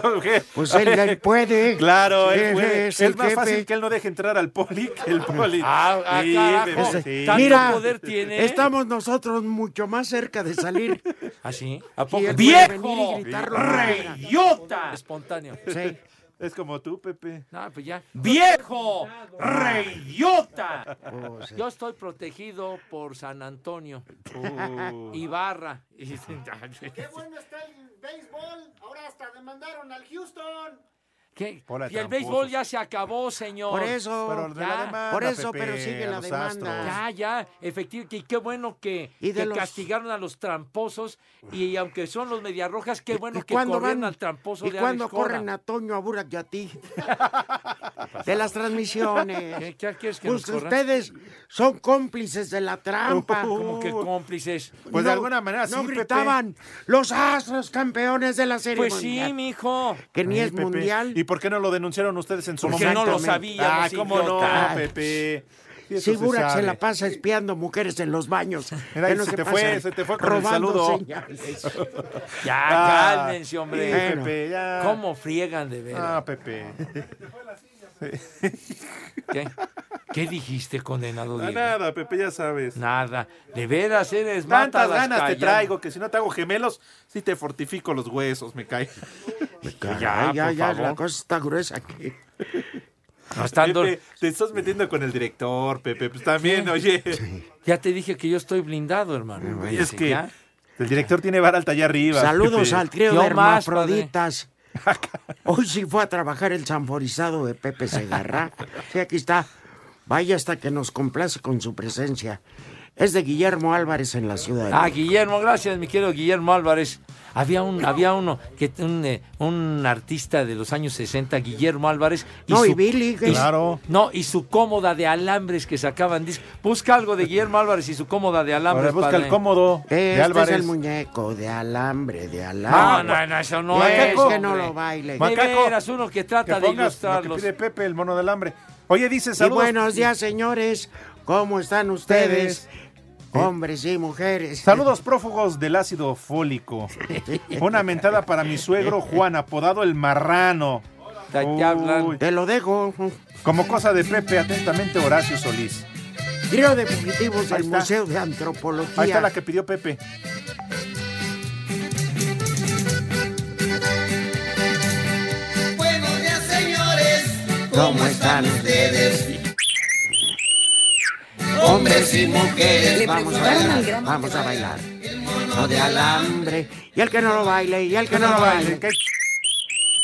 Pues él, él puede. Claro, él Él puede. es Es, el más jefe. fácil que él no deje entrar al poli que el poli. Ah, ah, Sí, carajo. bebé, sí. Tanto Mira, poder tiene. ¿eh? estamos nosotros mucho más cerca de salir. ¿Ah, sí? ¿A Y poco? él puede venir ¡Viejo! y gritarlo. ¡Reyota! Espontáneo. Sí. Es como tú, Pepe. No, pues ya. ¡Viejo! ¡Reyota! Oh, Yo estoy protegido por San Antonio. Ibarra. Y- Qué bueno está el béisbol. Ahora hasta demandaron al Houston. ¿Qué? Hola, Y el tramposos. béisbol ya se acabó, señor. Por eso. Pero de Ya. la demanda, Por eso, Pepe, pero sigue a la los demanda. astros. Ya, ya, efectivo. Y qué bueno que, Y de que los- castigaron a los tramposos. Y aunque son los mediarrojas, qué bueno ¿Y que cuándo corrieron van? al tramposo ¿Y de cuándo Alex Cora. corren a Toño, a Burak y a ti? de las transmisiones. ¿Qué- qué quieres que pues nos corran? ustedes son cómplices de la trampa. Como que cómplices. Pues de alguna manera no sí, Pepe. gritaban los astros campeones de la serie Pues mundial", sí, mijo. que ni Sí, es Pepe. mundial. ¿Y por qué no lo denunciaron ustedes en su Porque momento? no lo sabíamos, Ah, pues, cómo idiota. no, Pepe. Sí, eso Segura pues, que se sabe. la pasa espiando mujeres en los baños. Mira, que ahí no se, se te pasan fue, se te fue con el robando saludo. señales. Ya, Ah, cálmense, hombre. sí, Bueno. Pepe, ya. ¿Cómo friegan de veras? Ah, Pepe. ¿Qué? ¿Qué dijiste, condenado No, Diego? nada, Pepe, ya sabes. Nada. De veras eres Tantas mátalas ganas te callando. traigo que si no te hago gemelos, sí te fortifico los huesos, me cae. Caray, Ya, ya, ya, por favor. la cosa está gruesa aquí. No, estando- Pepe, te estás metiendo con el director, Pepe. Pues también, oye. Ya te dije que yo estoy blindado, hermano. Eh, Es Sí, que ya. el director tiene vara alta allá arriba. Saludos Pepe. al trío Yo de más, hermafroditas. Hoy sí fue a trabajar el sanforizado de Pepe Segarra. Sí, aquí está. Vaya hasta que nos complace con su presencia. Es de Guillermo Álvarez en la ciudad. de Ah, México. Guillermo, gracias, mi querido Guillermo Álvarez. Había un, había uno que un, eh, un artista de los años 60, Guillermo Álvarez. No, y Billy, que- su- Claro. No, y su cómoda de alambres que sacaban. disc- Busca algo de Guillermo Álvarez y su cómoda de Ahora alambres. busca padre. el cómodo de Este Álvarez. Ah, es el muñeco de alambre, de No, alambre. no, no, eso no es. es Macaco. que no hombre. lo baile. Ma- De Macaco, veras, uno que trata que de pongas lo que ilustrarlos. pide Pepe, el mono del hambre. Oye, dice Y saludos. buenos días, señores. ¿Cómo están ustedes? Hombres y mujeres. Saludos prófugos del ácido fólico. Una mentada para mi suegro Juan, apodado el marrano. Ya- ya hablan. Uy, Te lo dejo. como cosa de Pepe, atentamente Horacio Solís. Tiro de fugitivos Ahí del está. Museo de Antropología. Ahí está la que pidió Pepe. Buenos días, señores. ¿Cómo están ustedes? Hombres y mujeres. Vamos a bailar, vamos a bailar. No de alambre. Y el que no lo baile, y el que no lo baile. ¿Qué?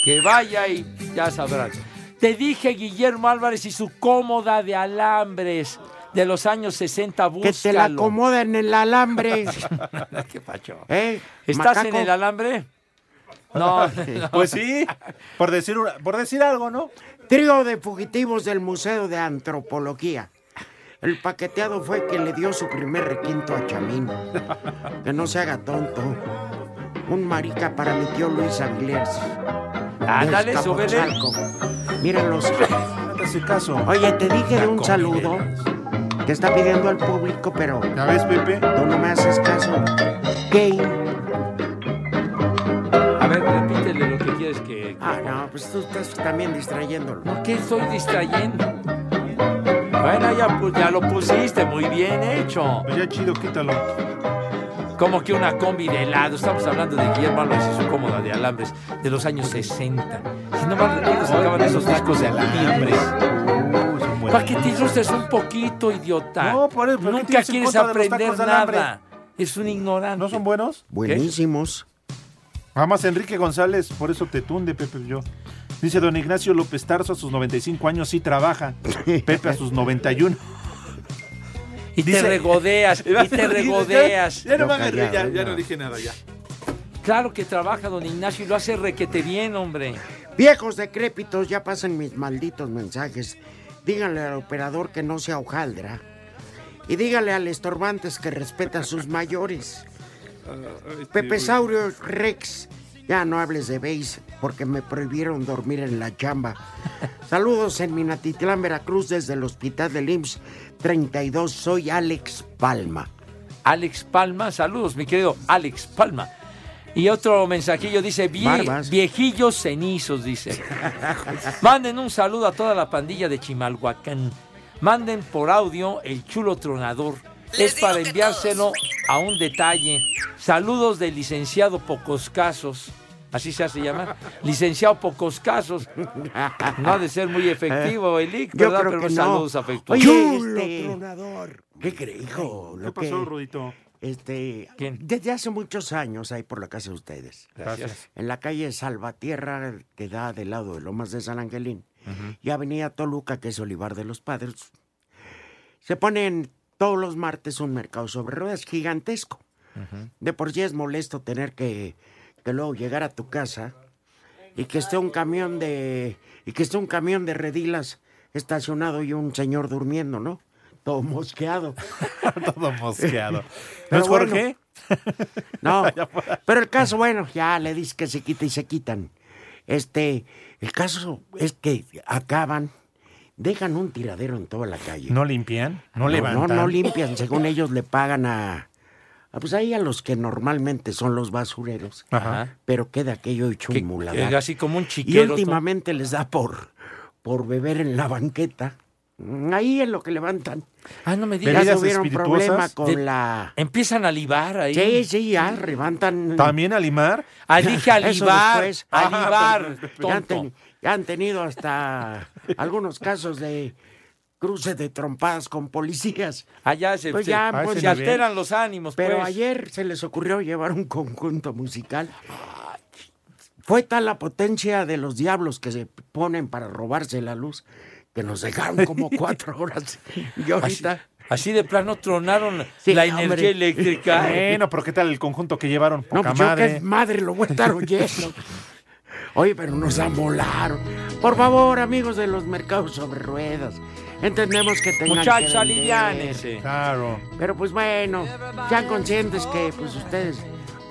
Que vaya y ya sabrán. Te dije Guillermo Álvarez y su cómoda de alambres de los años 60. Que Búscalo. te la acomoden en el alambre. Qué pacho. ¿Eh? ¿Estás en macaco? el alambre? No. Pues sí, por decir, una- por decir algo, ¿no? Trío de fugitivos del Museo de Antropología. El paqueteado fue quien le dio su primer requinto a Chamín. Que no se haga tonto. Un marica para mi tío Luis Avilés. Ándale, de súbele. Azcapotzalco. Míralos. No te hace caso. Oye, te dije de un saludo que está pidiendo al público, pero ¿Ya ves, Pepe? tú no me haces caso. Gay. A ver, repítele lo que quieres que. Ah, no, pues tú estás también distrayéndolo. ¿Por qué estoy distrayendo? Bueno, ya, pu- ya lo pusiste, muy bien hecho. Pues ya chido, quítalo. Como que una combi de helado. Estamos hablando de Guillermo Álvarez y su cómoda de alambres de los años 60. Si no mal recuerdo, sacaban esos discos de alambres. Uy, son buenos. Para que te ilustres un poquito, idiota. No, por eso, ¿por qué Nunca tienes en quieres contra de los aprender tacos de alambre? nada. Es un ignorante. ¿No son buenos? Buenísimos. Además, Ah, Enrique González, por eso te tunde, Pepe, yo. Dice don Ignacio López Tarso, a sus 95 años sí trabaja. Pepe a sus 91. Y te Dice- regodeas, y te regodeas. Ya, ya no No, me agarré, ya, callado, ya no. no dije nada, ya. Este, Claro que trabaja don Ignacio y lo hace requete bien, hombre. Viejos decrépitos, ya pasen mis malditos mensajes. Díganle al operador que no sea hojaldra Y dígale al Estorbantes que respeta a sus mayores. Pepe Saurio Rex, ya no hables de base porque me prohibieron dormir en la chamba. Saludos en Minatitlán, Veracruz, desde el Hospital del IMSS 32. Soy Alex Palma. Alex Palma, saludos, mi querido Alex Palma. Y otro mensajillo dice, "Vie- Barbas. viejillos cenizos, dice. Manden un saludo a toda la pandilla de Chimalhuacán. Manden por audio el chulo tronador. es para enviárselo a un detalle. Saludos del licenciado Pocos Casos. Así se hace llamar. Licenciado Pocos Casos. No ha de ser muy efectivo el IC, Yo ¿verdad? creo Pero que no. saludos afectuosos. Oye, este, ¿Qué crees, hijo? ¿Qué Lo pasó, que- Rudito? Este, desde hace muchos años ahí por la casa de ustedes. Gracias. En la calle Salvatierra, que da del lado de Lomas de San Angelín, y Avenida Toluca, que es Olivar de los Padres, se ponen todos los martes un mercado sobre ruedas gigantesco. De por sí es molesto tener que, que luego llegar a tu casa y que esté un camión de y que esté un camión de redilas estacionado y un señor durmiendo, ¿no? Todo mosqueado. Todo mosqueado. Pero ¿No es bueno. Jorge? No. Pero el caso, bueno, ya le dices que se quita y se quitan. Este, el caso es que acaban, dejan un tiradero en toda la calle. ¿No limpian? ¿No, no, levantan? no limpian, según ellos le pagan a, a, pues ahí a los que normalmente son los basureros. Ajá. Pero queda aquello hecho un muladar. Eh, Ah. Así como un Y chiquero. últimamente les da por, por beber en la banqueta. Mm, Ahí es lo que levantan. Ah, no me digas. Ya Bebidas tuvieron espirituosas. problema con De- la... Empiezan a libar ahí. Sí, sí, ya levantan... ¿También a limar? Ah, dije a Eso libar, después. a libar, Ya han, tonto. teni- ya han tenido hasta algunos casos de cruce de trompadas con policías. Allá Ah, se, Pues se- ya, se pues, alteran los ánimos. Pero pues. ayer se les ocurrió llevar un conjunto musical. Fue tal la potencia de los diablos que se ponen para robarse la luz que nos dejaron como cuatro horas. Y ahorita... Así de plano tronaron Sí, la hombre. energía eléctrica. Bueno, pero ¿qué tal el conjunto que llevaron? No, Poca pues yo madre. qué madre lo voy a estar oyendo. Oye, pero nos amolaron. Por favor, amigos de los mercados sobre ruedas, entendemos que tengan Muchachos, que vender. aliviánense. Claro. Pero pues bueno, sean conscientes que pues ustedes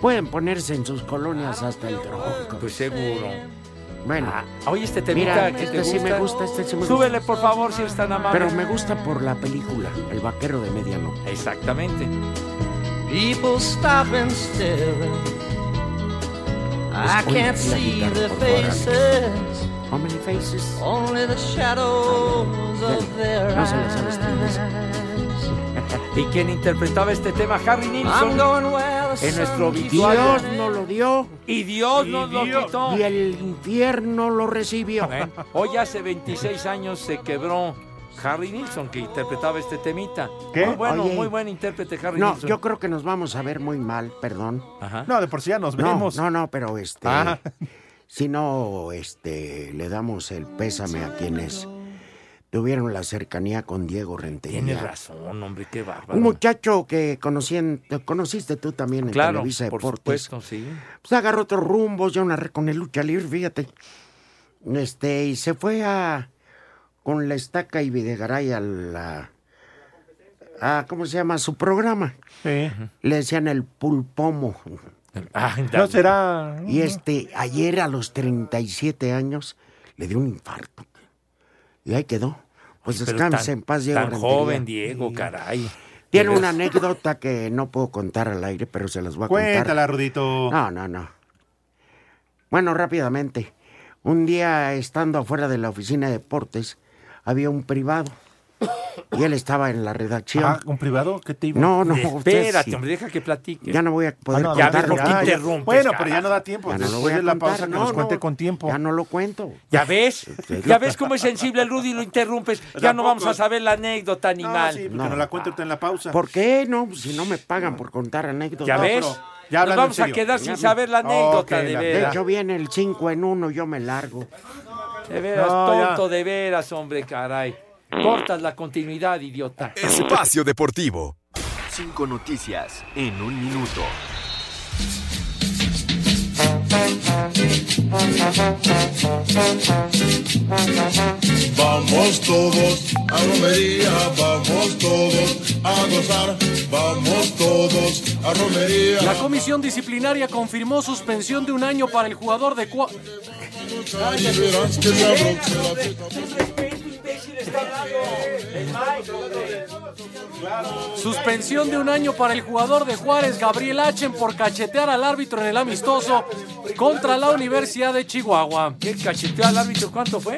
pueden ponerse en sus colonias hasta el tronco. Pues seguro. Bueno. Oye, este temita Mira, que este te sí gusta. me gusta, este sí me gusta. Súbele, por favor, si eres tan amable. Pero me gusta por la película, El vaquero de medianoche. Exactamente. People stop and stare. I Oye, la can't see guitarra, their por favor, Alex. faces, How many faces? only the shadows of their No se la sabes este tú, eyes. ¿Y quién interpretaba este tema? Harry I'm Nilsson. going Ah. where the En sun nuestro keeps obituario. Dios nos lo dio Y Dios nos lo quitó. y el infierno lo recibió. Hoy hace 26 años se quebró Harry Nilsson, que interpretaba este temita. ¿Qué? Muy bueno, Oye. muy buen intérprete Harry No, Nilsson. yo creo que nos vamos a ver muy mal, perdón. No, de por sí ya nos vemos. No, no, pero este. Ah. Si no, este, le damos el pésame a quienes tuvieron la cercanía con Diego Rentería. Tienes razón, hombre, qué bárbaro. Un muchacho que conocí en- conociste tú también en Claro, Televisa por Deportes. supuesto, sí. Pues agarró otros rumbos, ya una re- con el lucha libre, fíjate. Este, y se fue a. con la estaca y Videgaray a la. a, ¿cómo se llama? su programa. Sí. Le decían el pulpomo. Ah, No será. Y este, ayer a los 37 años le dio un infarto. Y ahí quedó. Pues Pero descansa tan- en paz, Diego. Tan Rentería. joven, Diego, caray. Tiene De una veras. anécdota que no puedo contar al aire, pero se las voy a contar. Cuéntala, Rudito. No, no, no. Bueno, rápidamente. Un día, estando afuera de la oficina de deportes, había un privado. Y él estaba en la redacción. Ah, ¿un privado? ¿Qué te iba? No, no, usted Espérate, sí. hombre, deja que platique. Ya no voy a poder Ah, no, ya contar ves, lo no que- te interrumpes, Bueno, pero ya carajo. no da tiempo. Ya no lo voy Después a de la contar, pausa que no, nos cuente no. con tiempo. Ya no lo cuento. ¿Ya ves? ¿Ya ves cómo es sensible el Rudy? Lo interrumpes. Ya no vamos a saber la anécdota, animal. sí, porque no. la cuento ahorita en la pausa. ¿Por qué no? pues, Si no me pagan por contar anécdotas. ¿Ya No, ves? pero- ya Nos hablando en vamos a serio. quedar Ya sin me- saber la anécdota, Ok, de la- De veras. hecho, viene el 5 en 1, yo me largo. De veras, No, ya. tonto, de veras, hombre, caray. Cortas la continuidad, idiota. Espacio Deportivo. Cinco noticias en un minuto. Vamos todos a romería, vamos todos a gozar, vamos todos a romería. La comisión disciplinaria confirmó suspensión de un año para el jugador de Cua- Y verás que la roxera te- Suspensión de un año para el jugador de Juárez, Gabriel Achen, por cachetear al árbitro en el amistoso contra la Universidad de Chihuahua. ¿Qué cacheteó al árbitro? ¿Cuánto fue?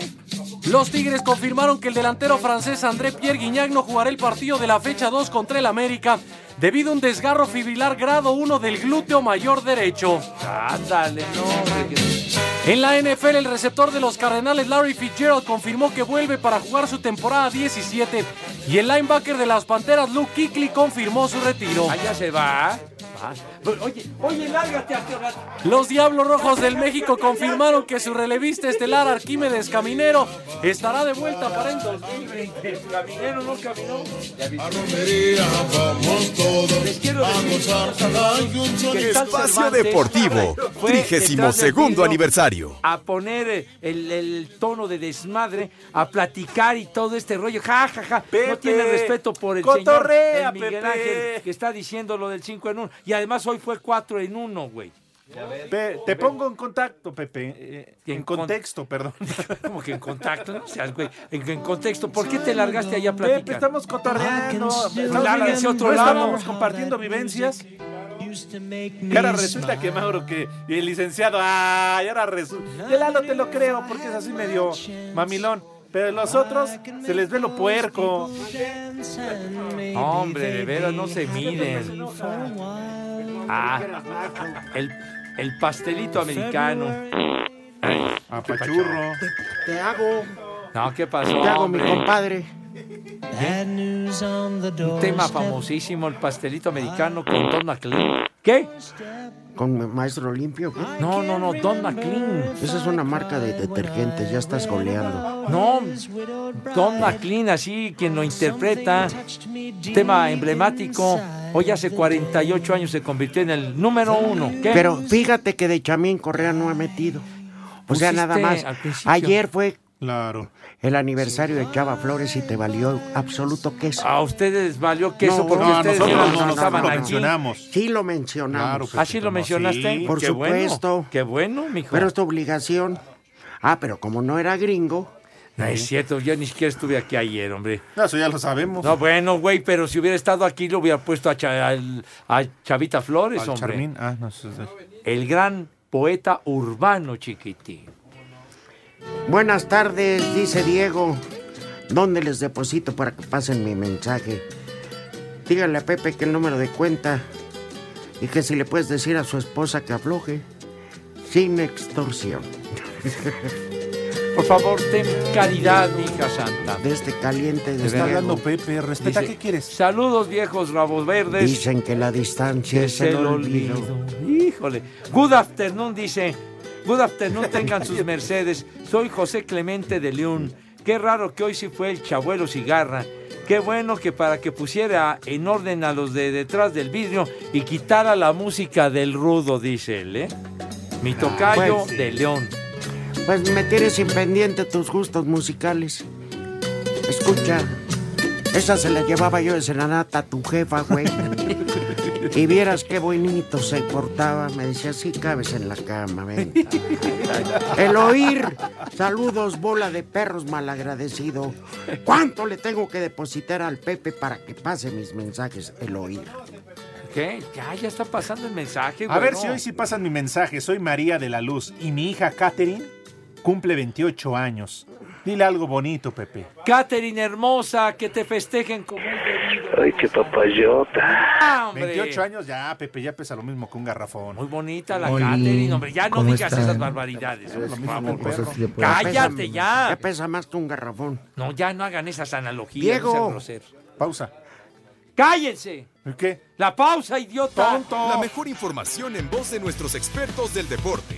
Los Tigres confirmaron que el delantero francés André Pierre Guignac no jugará el partido de la fecha 2 contra el América debido a un desgarro fibrilar grado 1 del glúteo mayor derecho. Ándale, En la NFL, el receptor de los Cardenales Larry Fitzgerald confirmó que vuelve para jugar su temporada 17 y el linebacker de las Panteras Luke Kuechly confirmó su retiro. Ah, Allá se va. Pues, Oye, oye, lárgate a Los Diablos Rojos del México confirmaron que su relevista estelar Arquímedes Caminero estará de vuelta para el 2020. Caminero no caminó. romería, vamos todos a gozar. Hay un sonido- Espacio Deportivo, 32 aniversario. A poner eh, el, el tono de desmadre, a platicar y todo este rollo. Ja, ja, ja. no tiene respeto por el cotorrea, señor el Miguel Pepe. Ángel, que está diciendo lo del 5 en 1. Y además hoy fue 4 en 1, güey. Pe- te pongo en contacto, Pepe. eh, en con- contexto, perdón. Como que en contacto, no seas, güey. En, en contexto, ¿por qué te largaste allá a platicar? Pepe, estamos cotorreando. Ah, Estamos Lárgase a otro ¿No lado. estábamos compartiendo vivencias. Y ahora resulta que Mauro, que y el licenciado, ay, ahora resulta. De Lalo te lo creo porque es así medio mamilón. Pero los otros se les ve lo puerco. Hombre, de veras, no se miden. Ah, el, el pastelito americano. Ah, Apachurro. Te hago, No, ¿qué te pasó? hago, mi hombre? compadre. Un tema famosísimo, el pastelito americano con Don McLean. ¿Qué? ¿Con Maestro Limpio? No, no, no, Don McLean. Esa es una marca de detergentes, ya estás goleando. No, Don McLean, así quien lo interpreta. Tema emblemático. Hoy hace 48 años se convirtió en el número uno. ¿Qué? Pero fíjate que de Chamín Correa no ha metido. O sea, Pusiste nada más. al principio. Ayer fue claro. el aniversario de Chava Flores y te valió absoluto queso. a ustedes valió queso porque ustedes eran los que estaban aquí. Sí lo mencionamos. Así lo mencionaste. Por Qué bueno, supuesto. qué bueno, mijo. Pero es tu obligación. Ah, pero como no era gringo, No es cierto, yo ni siquiera estuve aquí ayer, hombre. No, eso ya lo sabemos. No, bueno, güey, pero si hubiera estado aquí lo hubiera puesto a, Cha- al- a Chavita Flores, Al pues, hombre. Charmín. Ah, no sé. El gran poeta urbano, chiquitín. Buenas tardes, dice Diego. ¿Dónde les deposito para que pasen mi mensaje? Dígale a Pepe que el número de cuenta y que si le puedes decir a su esposa que afloje sin extorsión. Por favor, ten caridad, hija santa. De este caliente de Diego. Está hablando Pepe, respeta, ¿qué quieres? Saludos, viejos rabos verdes. Dicen que la distancia es se el lo olvido. olvido. Híjole. Good afternoon, dice. Good afternoon, tengan sus mercedes. Soy José Clemente de León. Qué raro que hoy sí fue el chabuelo cigarra. Qué bueno que para que pusiera en orden a los de detrás del vidrio y quitara la música del rudo, dice él, ¿eh? Mi tocayo pues sí. de León. Pues me tienes sin pendiente tus gustos musicales. Escucha, esa se la llevaba yo de serenata a tu jefa, güey. Y vieras qué bonito se portaba. Me decía, sí cabes en la cama, ven. El oír, saludos, bola de perros malagradecido. ¿Cuánto le tengo que depositar al Pepe para que pase mis mensajes? El oír. ¿Qué? Ya, ya está pasando el mensaje, A ver bueno. si hoy sí pasan mi mensaje. Soy María de la Luz y mi hija Katherine cumple 28 años. Dile algo bonito, Pepe. Catherine hermosa, que te festejen como un debido. Ay, qué papayota. Ah, hombre. 28 años ya, Pepe, ya pesa lo mismo que un garrafón. Muy bonita la Oli, Katherine, hombre, ya no ¿cómo digas están? esas barbaridades. por favor. pesa- Cállate ya. Ya pesa más que un garrafón. No, ya no hagan esas analogías. Diego. no sean groseros. Pausa. ¡Cállense! ¿Qué? Ah, La pausa, idiota. La mejor información en voz de nuestros expertos del deporte.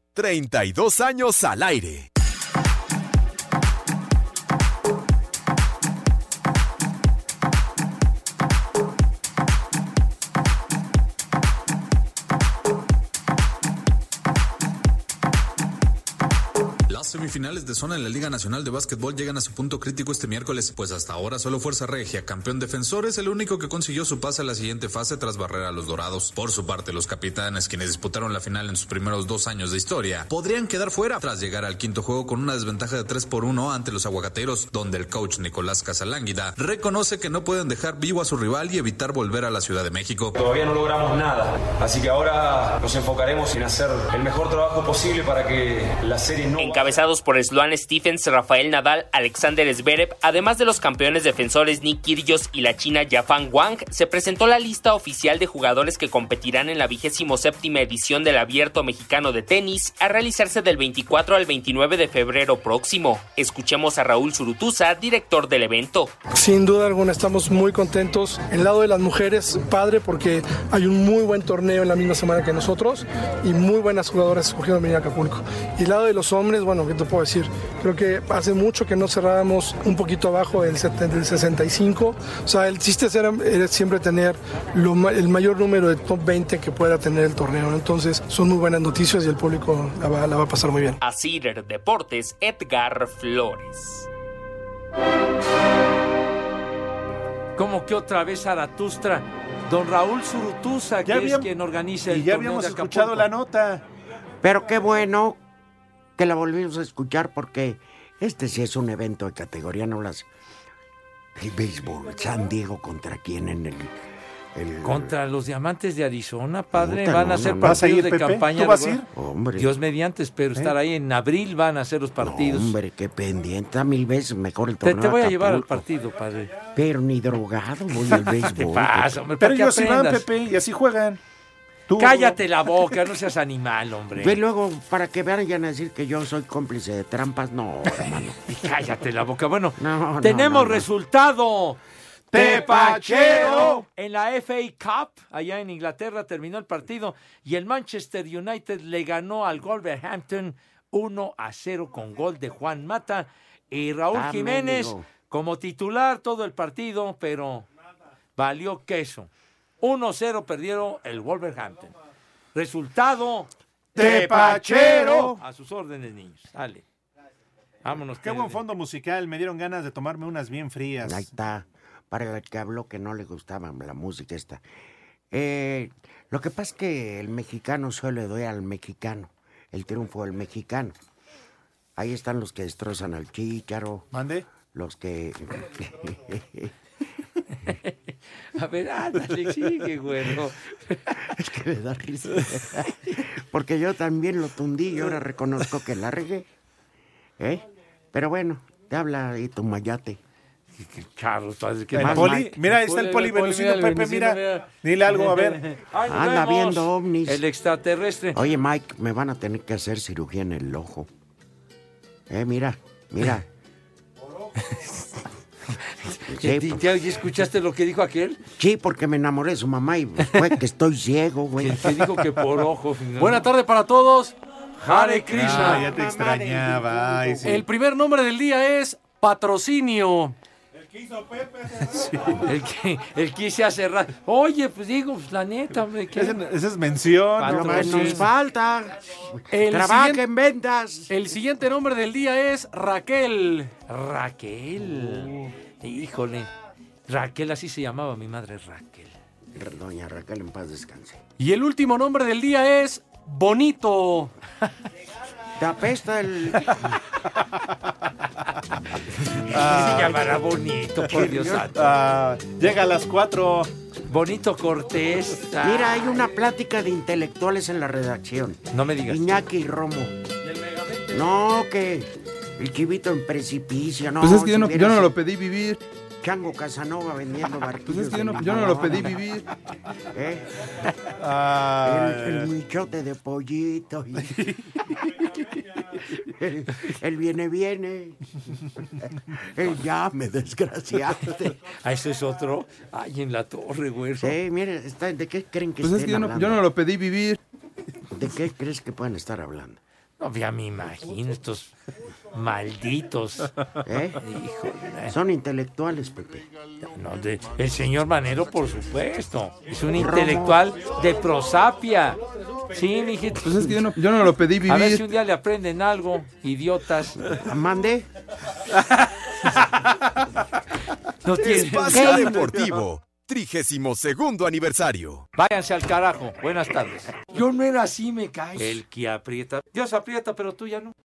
32 años al aire. Las semifinales de zona en la Liga Nacional de Básquetbol llegan a su punto crítico este miércoles, pues hasta ahora solo Fuerza Regia, campeón defensor, es el único que consiguió su pase a la siguiente fase tras barrer a los Dorados. Por su parte, los capitanes, quienes disputaron la final en sus primeros dos años de historia, podrían quedar fuera tras llegar al quinto juego con una desventaja de 3 por 1 ante los aguacateros, donde el coach Nicolás Casalánguida reconoce que no pueden dejar vivo a su rival y evitar volver a la Ciudad de México. Todavía no logramos nada, así que ahora nos enfocaremos en hacer el mejor trabajo posible para que la serie no... Encabezados por Sloan Stephens, Rafael Nadal, Alexander Zverev, además de los campeones defensores Nick Kyrgios y la china Yafan Wang, se presentó la lista oficial de jugadores que competirán en la vigésimo séptima edición del Abierto Mexicano de Tenis a realizarse del 24 al 29 de febrero próximo. Escuchemos a Raúl Zurutuza, director del evento. Sin duda alguna estamos muy contentos. El lado de las mujeres, padre, porque hay un muy buen torneo en la misma semana que nosotros y muy buenas jugadoras escogieron venir a Acapulco. Y el lado de los hombres, bueno, ¿qué te puedo decir? Creo que hace mucho que no cerrábamos un poquito abajo del, 70 del 65. O sea, el chiste era, era siempre tener lo ma- el mayor número de top 20 que pueda tener el torneo. ¿no? Entonces, son muy buenas noticias y el público la va- la va a pasar muy bien. A Cider Deportes, Edgar Flores. Como que otra vez Zaratustra? Don Raúl Zurutusa, que es quien organiza el Y ya torneo habíamos de Acapulco. escuchado la nota. Pero qué bueno que la volvimos a escuchar porque este sí es un evento de categoría, no las. El béisbol, San Diego contra quién en el. el- Contra los diamantes de Arizona, padre, Puta, van no, a ser no, no. partidos ¿Vas a ir, de Pepe? campaña. ¿Tú vas a regular. ir? Hombre. ¿Eh? Dios mediante, espero estar ahí. En abril van a ser los partidos. Hombre, qué pendiente. Está mil veces mejor el te, torneo. te voy a de llevar al Acapulco. partido, padre. Pero ni drogado voy al béisbol. Te pasa, hombre, Pero ¿para qué ellos sí van, aprendas? Pepe, y así juegan. Cállate la boca, no seas animal, hombre. Ve luego, para que vayan a decir que yo soy cómplice de trampas, no, hermano. Cállate la boca. Bueno, no, Tenemos no, no. resultado. Tepachero. En la FA Cup, allá en Inglaterra, terminó el partido y el Manchester United le ganó al Wolverhampton 1 a 0 con gol de Juan Mata y Raúl Ah, Jiménez mendigo. como titular todo el partido, pero valió queso. 1-0 perdieron el Wolverhampton. Resultado Tepachero. A sus órdenes, niños. Dale. Vámonos. Qué buen fondo musical, me dieron ganas de tomarme unas bien frías. Pues Ahí está. Para el que habló que no le gustaba la música esta. Eh, lo que pasa es que el mexicano solo le doy al mexicano. El triunfo del mexicano. Ahí están los que destrozan al chícharo. ¿Mande? Los que. A ver, ándale, sigue, güey. es que me da risa. Porque yo también lo tundí y ahora reconozco que la regué. ¿Eh? Pero bueno, te habla ahí tu mayate. Carlos, ¿qué El más? poli- mira, ahí está el poli Benucino, Pepe, mira. Dile algo, a ver. Ahí nos Anda vemos. viendo ovnis. El extraterrestre. Oye, Mike, me van a tener que hacer cirugía en el ojo. Eh, mira, mira. ¿Y- y- y- y escuchaste lo que dijo aquel? Sí, porque me enamoré de su mamá y fue que estoy ciego, güey. Te digo que por ojo. Buena tarde para todos. Hare Krishna. Ah, ya te extrañaba. ay, sí. El primer nombre del día es patrocinio. El que, el que hice hace rato. Oye, pues digo, pues la neta, hombre. ¿qué? Esa es mención. Pato, no pues, manches. nos falta. Trabajen, vendas. El siguiente nombre del día es Raquel. Raquel. Uh. Híjole. Raquel, así se llamaba mi madre, Raquel. Doña Raquel, en paz descanse. Y el último nombre del día es Bonito. Te apesta el. Ah, se llamará Bonito, por Dios santo. Ah, llega a las cuatro. Bonito Cortés. Ah, Mira, hay una plática de intelectuales en la redacción. Ah. No me digas. Iñaki y Romo. No, que el chivito en precipicio, no. Pues es que yo si no, yo vieras no el lo pedí vivir. Chango Casanova vendiendo barquillos. Pues es que yo en no, yo no lo pedí Ipanema. vivir. ¿Eh? Ah, el, el michote de pollito. y- El viene, viene. El ya me desgraciaste. Ah, ese es otro. Ay, en la torre, güey. Sí, mire, está- ¿de qué creen que Pues es estén que yo no, hablando? yo no lo pedí vivir. ¿De qué crees que pueden estar hablando? No, ya me imagino, estos malditos. ¿Eh? Híjole. Son intelectuales, Pepe. No, de- el señor Manero, por supuesto. Es un Romo. intelectual de prosapia. Sí, mijito. Pues es que yo no, lo pedí A ver vivir. si un día le aprenden algo, idiotas. Mande. No tiene- Espacio ¿Qué? Deportivo, 32 aniversario. Váyanse al carajo. Buenas tardes. Yo no era así, me caes. El que aprieta. Dios aprieta, pero tú ya no.